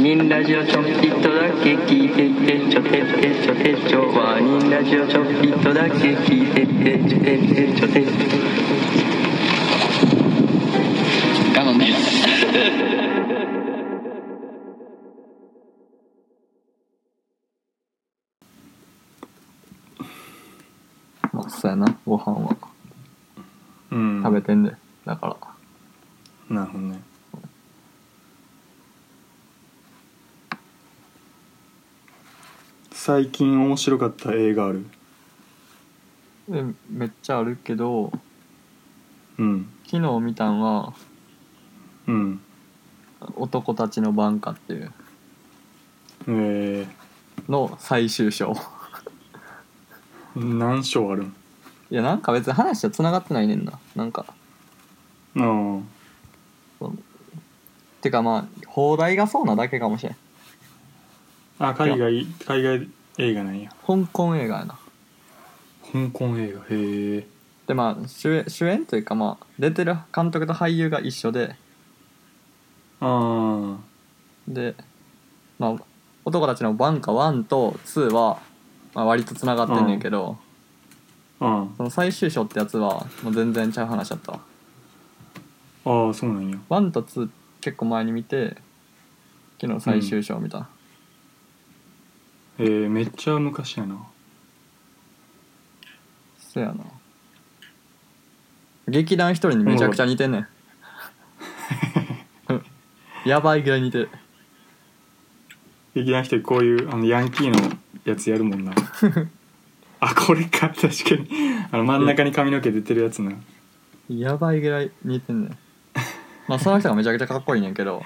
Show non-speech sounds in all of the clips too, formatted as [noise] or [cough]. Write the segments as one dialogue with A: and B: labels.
A: ニンラジオちょっぴっとだけ聞いてってちょてってちょてちょワニンラジオちょっぴっとだけ聞いてってちょてってちょてっちょ
B: 我慢です
C: まあ、そうやな、ご飯は
D: うん
C: 食べてんで、だから。
D: なるほどね最近面白かった映画ある
C: で、めっちゃあるけど、
D: うん
C: 昨日見たんは、
D: うん
C: 男たちの晩歌っていう
D: え
C: の最終章。 [laughs]
D: ー、何章ある
C: いや、なんか別に話は繋がってないねんな。なんか、
D: んあ
C: てかまあ、放題がそうなだけかもしれん。
D: ああ海外海外映画なんや
C: 香港映画やな。
D: 香港映画へえ
C: でまあ主演主演というかまあ出てる監督と俳優が一緒で
D: あ
C: で、まあ、男たちのバンカ1と2は、まあ、割とつながってんねんけど、
D: ああ
C: その最終章ってやつはもう全然ちゃう話だったわ
D: ああそうなんや
C: 1と2結構前に見て昨日最終章見た、
D: えー、めっちゃ昔やな
C: そやな劇団一人にめちゃくちゃ似てんね [laughs] んうんやばいぐらい似てる
D: 劇団ひとりこういうあのヤンキーのやつやるも [laughs] んなあこれか確かにあの真ん中に髪の毛出てるやつな
C: やばいぐらい似てんねんまあその人がめちゃくちゃかっこいいねんけど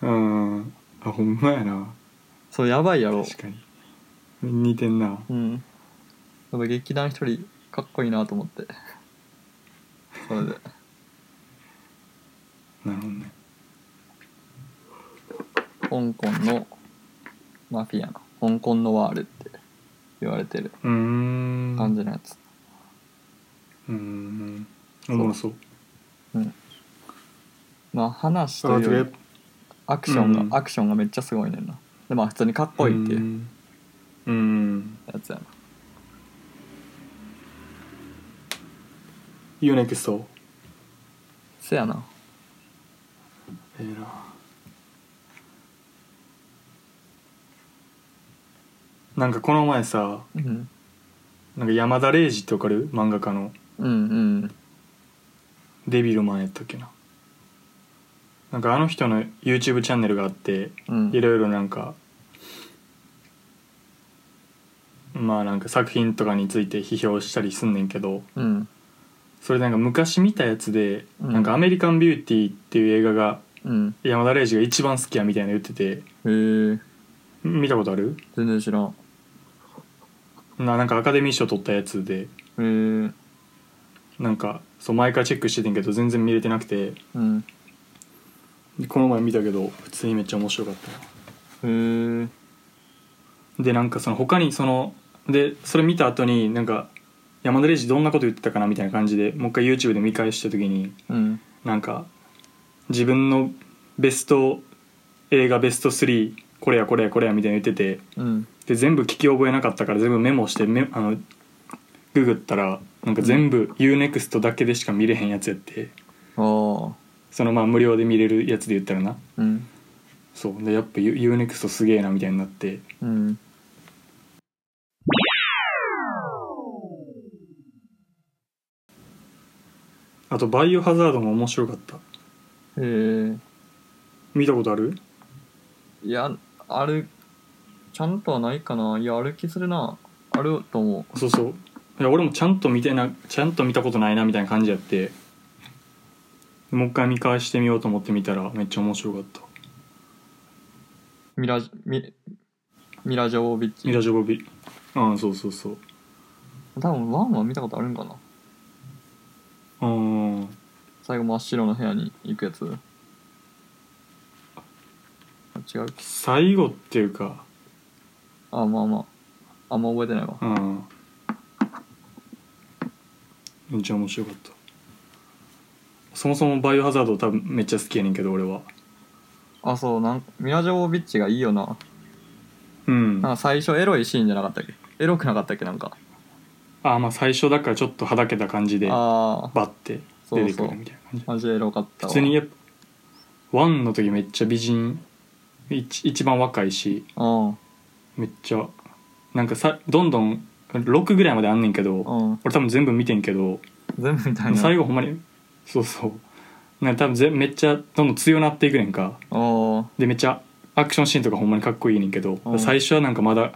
D: うんあほんまやな
C: そうやばいやろ
D: 確かに似てんな
C: うんやっぱ劇団一人かっこいいなと思ってそれで
D: なるほどね
C: 香港のマフィアの香港のワールって言われてる
D: うーん
C: 感じのやつ
D: うーんおもろそう
C: まあ話
D: あ
C: とい
D: て
C: う
D: か
C: よ
D: や
C: りアクションが、
D: うん
C: アクションがめっちゃすごいねんなでまあ普通にかっこいいっていう
D: うーん
C: やつやな
D: UNEXT
C: せやな
D: ええななんかこの前さ
C: うん
D: なんか山田礼二ってわかる漫画家の
C: うんうん
D: デビルマンやったっけななんかあの人の YouTube チャンネルがあって
C: うん
D: いろいろなんかまあなんか作品とかについて批評したりすんねんけど
C: うん
D: それなんか昔見たやつで「
C: うん
D: なんかアメリカンビューティー」っていう映画が
C: うん
D: 山田礼二が一番好きやみたいなの言ってて
C: へえ
D: 見たことある
C: 全然知らん
D: ななんかアカデミー賞取ったやつで
C: へえ
D: なんかそう前からチェックしててんけど全然見れてなくて
C: うん
D: でこの前見たけど普通にめっちゃ面白かったな
C: へえ
D: でなんかその他にそのでそれ見た後になんか山田礼二どんなこと言ってたかなみたいな感じでもう一回 YouTube で見返した時に
C: うん
D: なんか自分のベスト映画ベスト3これやこれやこれやみたいなの言ってて
C: うん
D: で全部聞き覚えなかったから全部メモしてメあのググったらなんか全部 UNEXT だけでしか見れへんやつやって
C: ああ
D: そのまあ無料で見れるやつで言ったらな
C: うん
D: そうでやっぱ U- UNEXT すげえなみたいになって
C: うん
D: あと「バイオハザード」も面白かった
C: へえ
D: 見たことある
C: いやあるちゃんとはないかないやある気するなあると思
D: そうそういや俺もちゃんと見てなちゃんと見たことないなみたいな感じやってもう一回見返してみようと思ってみたらめっちゃ面白かった
C: うミラジミミラジョービッ
D: ミ
C: チ
D: ラ・ジョボビああそうそうそう
C: 多分ワンは見たことあるんかな
D: うん
C: 最後真っ白の部屋に行くやつあ違うっけ
D: 最後っていうか
C: あまあまああんま覚えてないわ
D: うんめっちゃ面白かったそもそも「バイオハザード」多分めっちゃ好きやねんけど俺は
C: あそうなんミラ・ジョボビッチがいいよな
D: うん
C: なんか最初エロいシーンじゃなかったっけエロくなかったっけなんか
D: あまあ最初だからちょっとはだけた感じでバ
C: ああ
D: ッて出てくるみたいな感じ
C: マジエロかったわ
D: 普通にやっぱワンの時めっちゃ美人一一番若いし
C: うん
D: めっちゃなんかさどんどん6ぐらいまであんねんけど
C: うん
D: 俺多分全部見てんけど
C: 全部みたいな
D: 最後ほんまにそうそうなんか多分ぜめっちゃどんどん強なっていくねんか
C: おー
D: でめっちゃアクションシーンとかほんまにかっこいいねんけど
C: うん
D: 最初はなんかまだ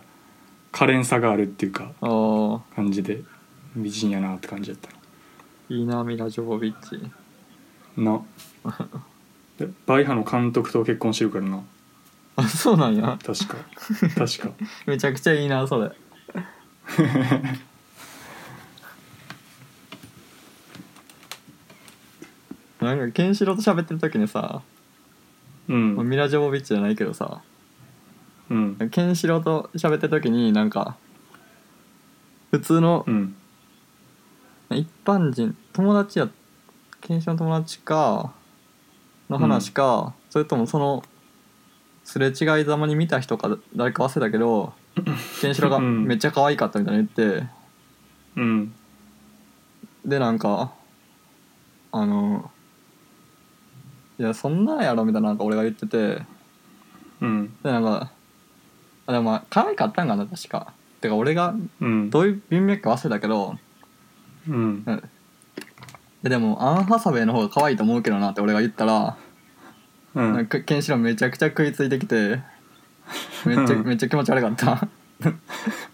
D: 可憐さがあるっていうか
C: お
D: 感じで美人やなって感じだった
C: ーいいなミラ・ジョボビッチ [laughs]
D: なでバイハの監督と結婚してるからな
C: あそうなんや
D: 確か確
C: [laughs]
D: か
C: めちゃくちゃいいなそれなんかケンシロウと喋ってる時にさ、
D: う
C: まあ
D: ん
C: ミラ・ジョボビッチじゃないけどさ
D: うん
C: ケンシロウと喋ってる時になんか普通の
D: うん
C: 一般人友達やケンシロウの友達かの話か、それともそのすれ違いざまに見た人か誰か忘れたけどケンシロウが
D: うん
C: めっちゃ可愛かったみたいに言って。
D: うん
C: でなんかあのいやそんなんやろみたいななんか俺が言っててで
D: うん
C: なんかあでもまあ可愛かったんかな確かてか俺が
D: うん
C: どういう文脈か忘れたけど
D: うん
C: ででもアン・ハサウェイの方が可愛いと思うけどなって俺が言ったら、
D: う
C: なん
D: ん
C: かケンシロウめちゃくちゃ食いついてきてめっちゃめっちゃ気持ち悪かった
D: [laughs]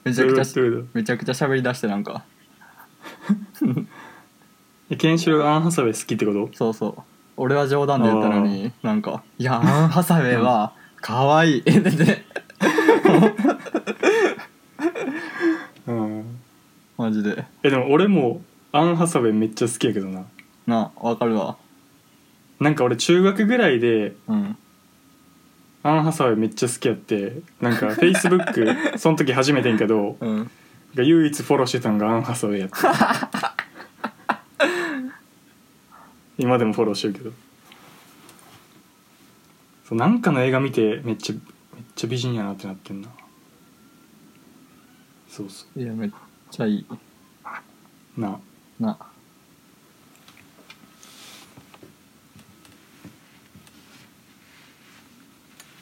C: めちゃくちゃし
D: どういうことどういうこ
C: めちゃくちゃ喋り出してなんか
D: とえケンシロウがアンハサウェイ好きってこと
C: そうそう俺は冗談で言ったのになんか「いやアン・ハサウェイは可愛い [laughs] でで
D: うん
C: マジで
D: えでも俺もアンハサウェイめっちゃ好きやけどな
C: なわかるわ
D: なんか俺中学ぐらいで
C: うん
D: アンハサウェイめっちゃ好きやってなんかフェイスブ
C: [laughs]
D: ックその時初めてんけど
C: うん
D: が唯一フォローしてたのがアン・ハサウェイやった [laughs] 今でもフォローしてるけどそうなんかの映画見てめっちゃめっちゃ美人やなってなってんなそうそ
C: いやめっちゃいいう
D: な
C: な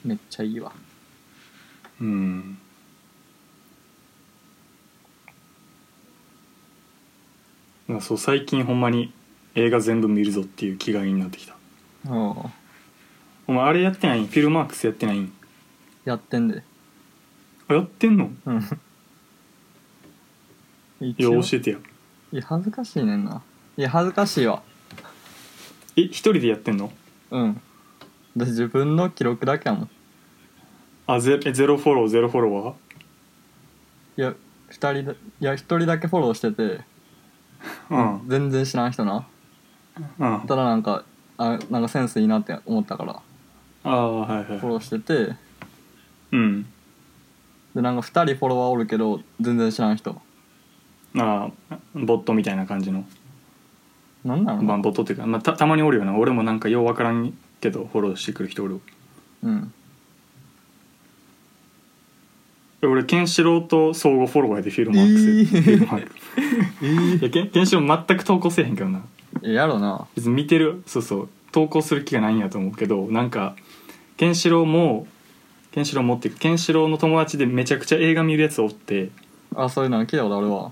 C: めっちゃいいわ
D: うんなんかそう最近ほんまに映画全部見るぞっていう気概になってきた
C: おう
D: お前あれやってないんフィルマークスやってないん
C: やってんで
D: あやってんの
C: うんい
D: いや教えてよ
C: いや恥ずかしいねんないや恥ずかしいわ
D: え一人でやってんの
C: うんで自分の記録だけやもん
D: あゼえゼロフォローゼロフォロワー
C: いや二人だいや一人だけフォローしてて
D: うん
C: 全然知らん人な
D: うん
C: ただなんかあなんかセンスいいなって思ったから
D: ああはい
C: フォ
D: は
C: ローしてて
D: いうん
C: でなんか2人フォロワーおるけど全然知らん人
D: ああボットみたいな感じの
C: なんなの
D: まあボットっていうか、まあ、たたまにおるよな俺もなんかようわからんけどフォローしてくる人おる
C: うん
D: え俺ケンシロウと相互フォローやでフィルマークス、フィルマークいやケンケンシロウ全く投稿せえへんけどない
C: ややろな
D: 別に見てるそうそう投稿する気がないんやと思うけどなんかケンシロウもケンシロウもっていうかケンシロウの友達でめちゃくちゃ映画見るやつおって
C: あそういうの聞いたことあるわ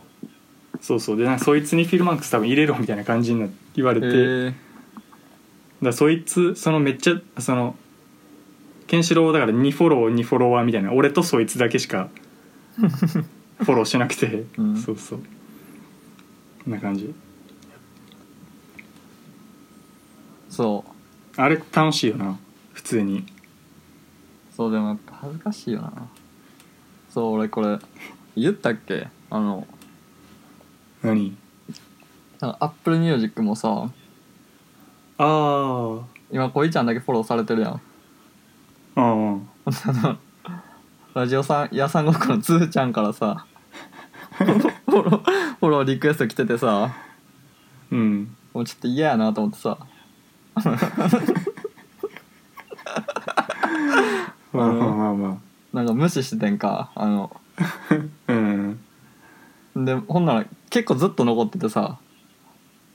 D: そうそうでなんかそいつにフィルマークス多分入れろみたいな感じにな言われて、
C: へえ
D: だからそいつそのめっちゃそのケンシロウだから2フォロー2フォロワーみたいな俺とそいつだけし [laughs] かフォローしてなくて、
C: うん
D: そうそうこんな感じ
C: そう
D: あれ楽しいよな普通に
C: そうでもやっぱ恥ずかしいよなそう俺これ言ったっけあの
D: 何
C: アップルミュージックもさ
D: あ
C: 今こいちゃんだけフォローされてるやん
D: あうん
C: ラジオさん屋さんごっこのつーちゃんからさフォローフォローリクエスト来ててさ
D: うん
C: もうちょっと嫌やなと思ってさ
D: まあまあまあま
C: なんか無視しててんかあの
D: あうん
C: でほんなら結構ずっと残っててさ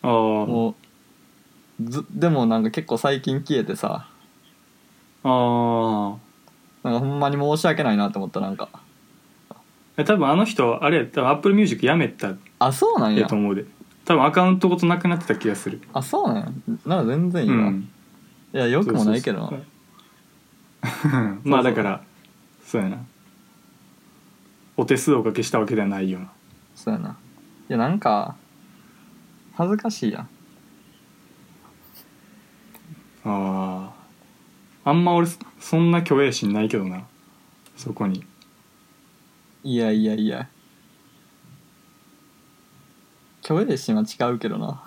D: あー
C: もうずでもなんか結構最近消えてさ
D: あー
C: なんかほんまに申し訳ないなと思ったなんか
D: え多分あの人あれ多分 Apple Music やめた
C: あそうなん
D: や
C: や
D: と思うで多分アカウントごとなくなってた気がする
C: あそうなんやなら全然いいわ、
D: うん
C: いやよくもないけどな
D: そうそうそう [laughs] まあだからそうやなお手数をおかけしたわけではないような
C: そうやないやなんか恥ずかしいやん
D: あーあんま俺そんな虚栄心ないけどなそこに
C: いやいやいや虚栄心は違うけどな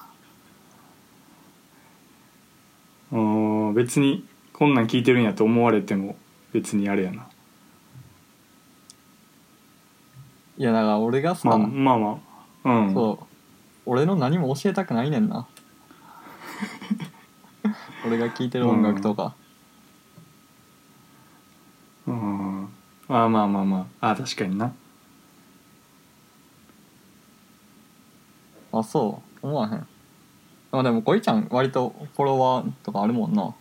D: あー別にこんなん聞いてるんやと思われても別にあれやない
C: やだから俺がさ、
D: まあまあまあうん
C: そう俺の何も教えたくないね
D: [laughs]
C: んな俺が聴いてる音楽とか、
D: うんああまあまあまああー確かにな
C: あそう思わへんまあでもこいちゃん割とフォロワーとかあるもんな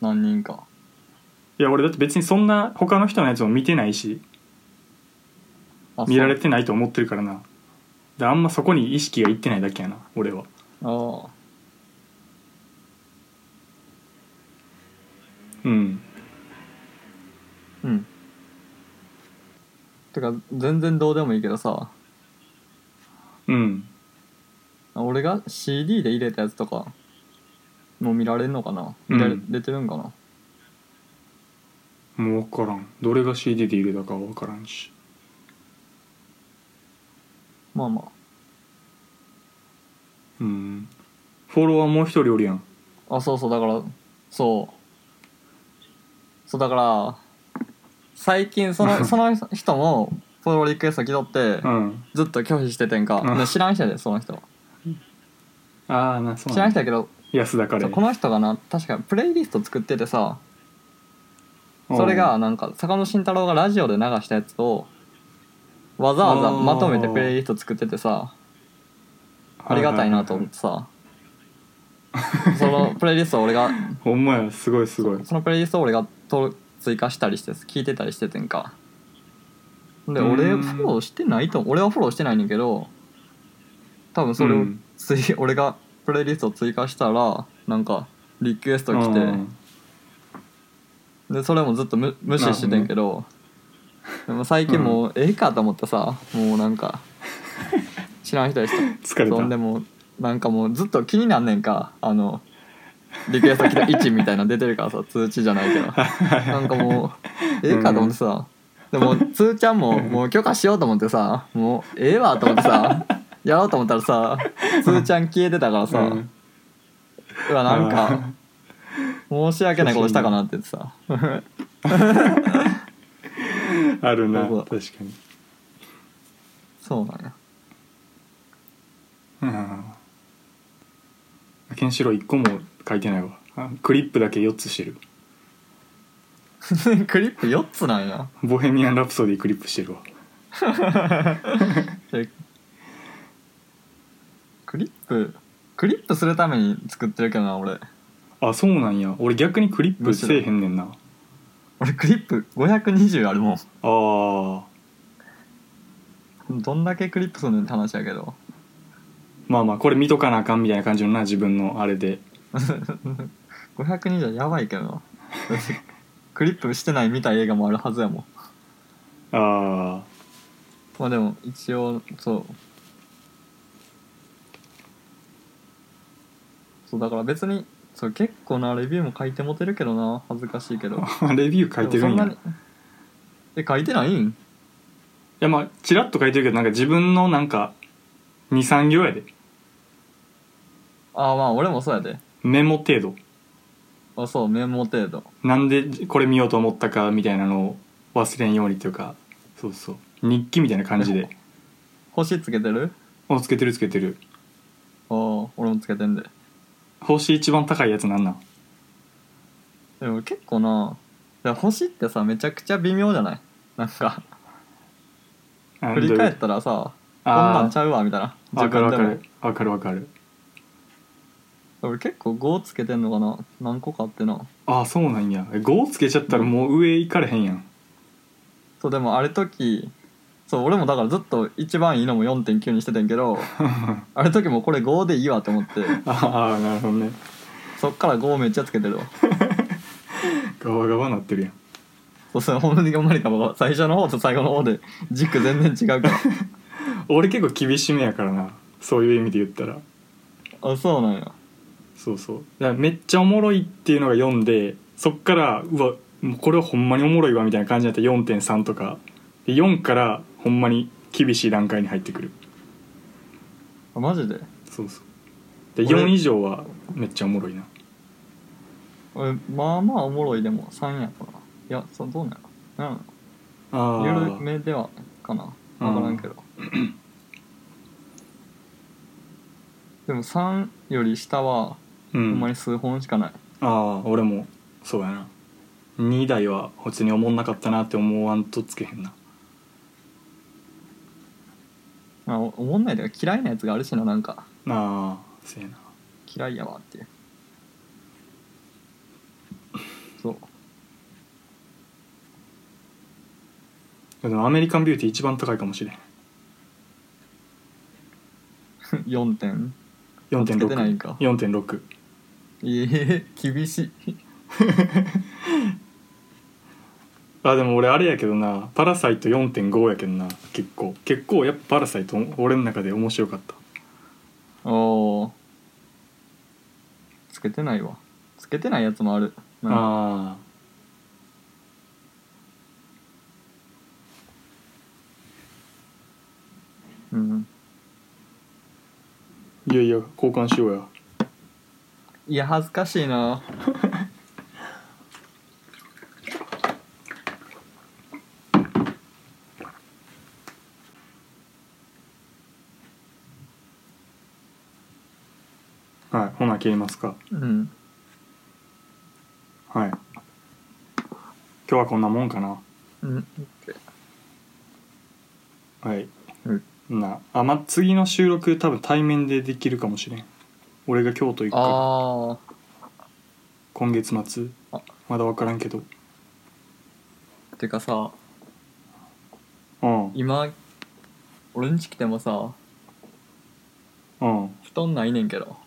C: 何人か
D: いや俺だって別にそんな他の人のやつも見てないし
C: あ
D: 見られ
C: て
D: てないと思ってるからなであんまそこに意識がいってないだけやな俺は
C: ああ
D: うん
C: うんてか全然どうでもいいけどさ
D: うん
C: 俺が CD で入れたやつとかもう見られんのかな見られ,、
D: うん
C: てるんかな
D: もう分からんどれが CD で入れたかは分からんし
C: まあま
D: うんフォロワーもう一人おるやん
C: ああそうそうだからそうそうだから最近
D: [laughs]
C: そのその人もフォローリクエスト来とって
D: うん
C: ずっと拒否しててんか、
D: うん
C: で知らん人やでその人
D: ああなそう
C: 知ら
D: なんんだ
C: 人やけど
D: 安田カレ
C: そうこ
D: ー
C: の人がな確かプレイリスト作っててさそれがなんか坂野慎太郎がラジオで流したやつをわざわざまとめてプレイリスト作っててさありがたいなと思ってさ
D: [laughs]
C: そのプレイリストを俺が
D: ほんまやすごいすごい
C: そのプレイリストを俺がと追加したりして聞いてたりしててんかで
D: うん
C: 俺フォローしてないと俺はフォローしてないねんけど多分それ
D: う
C: を
D: ん
C: つい、 [laughs] 俺がプレイリストを追加したらなんかリクエスト来て
D: うん
C: でそれもずっと無無視しててんけどでも最近もうええかと思ってさもうなんか知らん人でした
D: 疲れ [laughs]
C: そんで
D: た
C: もうなんかもうずっと気になんねんかあのリクエスト来た1みたいなの出てるからさ通知じゃないけどなんかもうええかと思ってさ、でも通ちゃんももう許可しようと思ってさもうええわと思ってさやろうと思ったらさ通ちゃん消えてたからさ、う [laughs]
D: うん
C: わなん
D: あ
C: か申し訳ないことしたかなって言ってさ
D: あるな
C: そう
D: 確かに
C: そうなんや
D: うんケンシロウ1個も書いてないわあクリップだけ4つしてる
C: [laughs] クリップ4つなんや
D: ボヘミアン・ラプソディクリップしてるわ
C: えクリップクリップするために作ってるけどな俺
D: あそうなんや俺逆にクリップせえへんねんなあ
C: 俺クリップ520あるも
D: あー
C: んどんだけクリップするのって話やけど
D: まあまあこれ見とかなあかんみたいな感じのな自分のあれで
C: 520はやばいけどな [laughs] だってクリップしてない見た映画もあるはずやもん
D: あ
C: まあでも一応そうそうだから別にそう結構なレビューも書いてもてるけどな恥ずかしいけど
D: あレビュー [laughs] 書いてるん
C: で
D: や
C: もそなにえ書いてないん
D: いやまあチラッと書いてるけどなんか自分のなんか23行やで
C: ああまあ俺もそうやで
D: メモ程度
C: あそうメモ程度
D: なんでこれ見ようと思ったかみたいなのを忘れんようにというかそうそう日記みたいな感じ
C: [laughs]
D: で
C: 星つけてる
D: おつけてるつけてる
C: ああ俺もつけてんで
D: 星一番高いやつなんなん
C: でも結構なら星ってさめちゃくちゃ微妙じゃないなんか
D: あ
C: 振り返っ
D: ど
C: たらさこんな
D: あ
C: んちゃうわみたいな
D: ーわ
C: 自
D: かるわ
C: 分で
D: か
C: も
D: るわかるわかる
C: 俺結構5つけてんのかな何個かあってな
D: ああそうなんやえ5つけちゃったらもう上行かれへんやん
C: そうでもあれ時そう俺もだからずっと一番いいのも4.9にしててん
D: [laughs]
C: けどあれ時もこれ5でいいわと思って
D: ああなるほどね
C: そっから5めっちゃつけてるわ
D: ガバガバなってるやん
C: そうそれほんまにほんまにかも最初の方と最後の方で軸全然違
D: [laughs]
C: うから
D: 俺結構厳しめやからなそういう意味で言ったら
C: あそうなんや
D: そうそうだからめっちゃおもろいっていうのが4でそっからうわもうこれはほんまにおもろいわみたいな感じになって4.3とかで4からほんまに厳しい段階に入ってくる
C: あマジで
D: そうそうで
C: 俺
D: 4以上はめっちゃおもろいな
C: 俺まあまあおもろいでも3やからいやそうどうなんやろなんや
D: あ
C: ろ緩
D: ー
C: めではかな分か
D: [laughs]
C: らんけどでも3より下は
D: う
C: ほんま
D: ん
C: に数本しかない、
D: あー俺もそうやな2台は別に思んなかったなって思わんとつけへんな
C: まあおおもんないというか嫌いなやつがあるしななんか
D: ああせやな
C: 嫌いやわ
D: [laughs]
C: っていうそう [laughs]
D: でもアメリカンビューティー一番高いかもしれん
C: 4点つけてないんか
D: 4.64.6
C: いえ [laughs] 厳しい
D: あでも俺あれやけどな「パラサイト4.5」やけどな結構結構やっぱ「パラサイト」俺の中で面白かった
C: おーつけてないわつけてないやつもあるなんか
D: あ
C: うん
D: あいやいや交換しようや
C: いや恥ずかしいな
D: はいほな切りますか
C: うん
D: はい今日はこんなもんかな
C: うん
D: はい、
C: うん
D: なあま次の収録多分対面でできるかもしれん俺が京都行くか
C: あ
D: 今月末
C: あ
D: まだ分からんけど
C: あてかさ
D: うん
C: 今俺ん家来てもさ
D: うん
C: 布団ないねんけど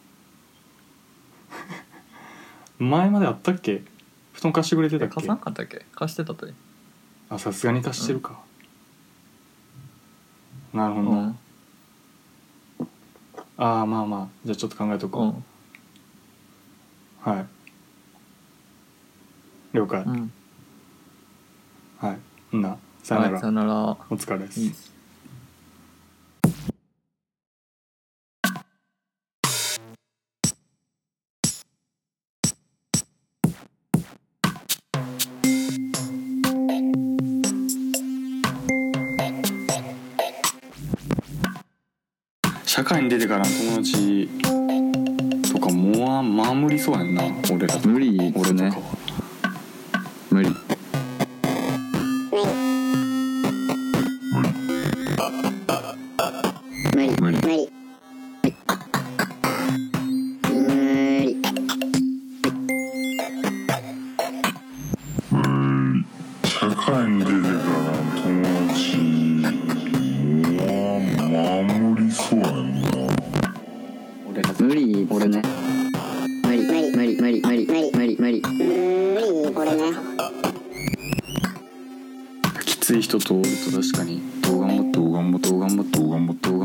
D: 前まであったっけ布団貸してくれてた
C: え
D: っけ
C: 貸さんかったっけ貸してたとい
D: あさすがに貸してるか、なるほ
C: う
D: ど
C: ん
D: な、
C: うん
D: ああまあまあじゃあちょっと考えとこう、はい了解、
C: うん
D: はいほんなさよな
C: は
D: ら、
C: いさよなら
D: お疲れです、
C: いい
D: 社会に出てからの友達とかもうまあ無理そうやんな俺ら
B: 無理っすね無理無理
E: 無理無理無理
F: 社会に出てから友達もう守りそうやんな
B: 無理俺ね
E: 無理無理無理無理無理無理無理無理無理これね
B: きつい人とおると確かにどう頑張ってどう頑張ってどう頑張ってどう頑張ってどう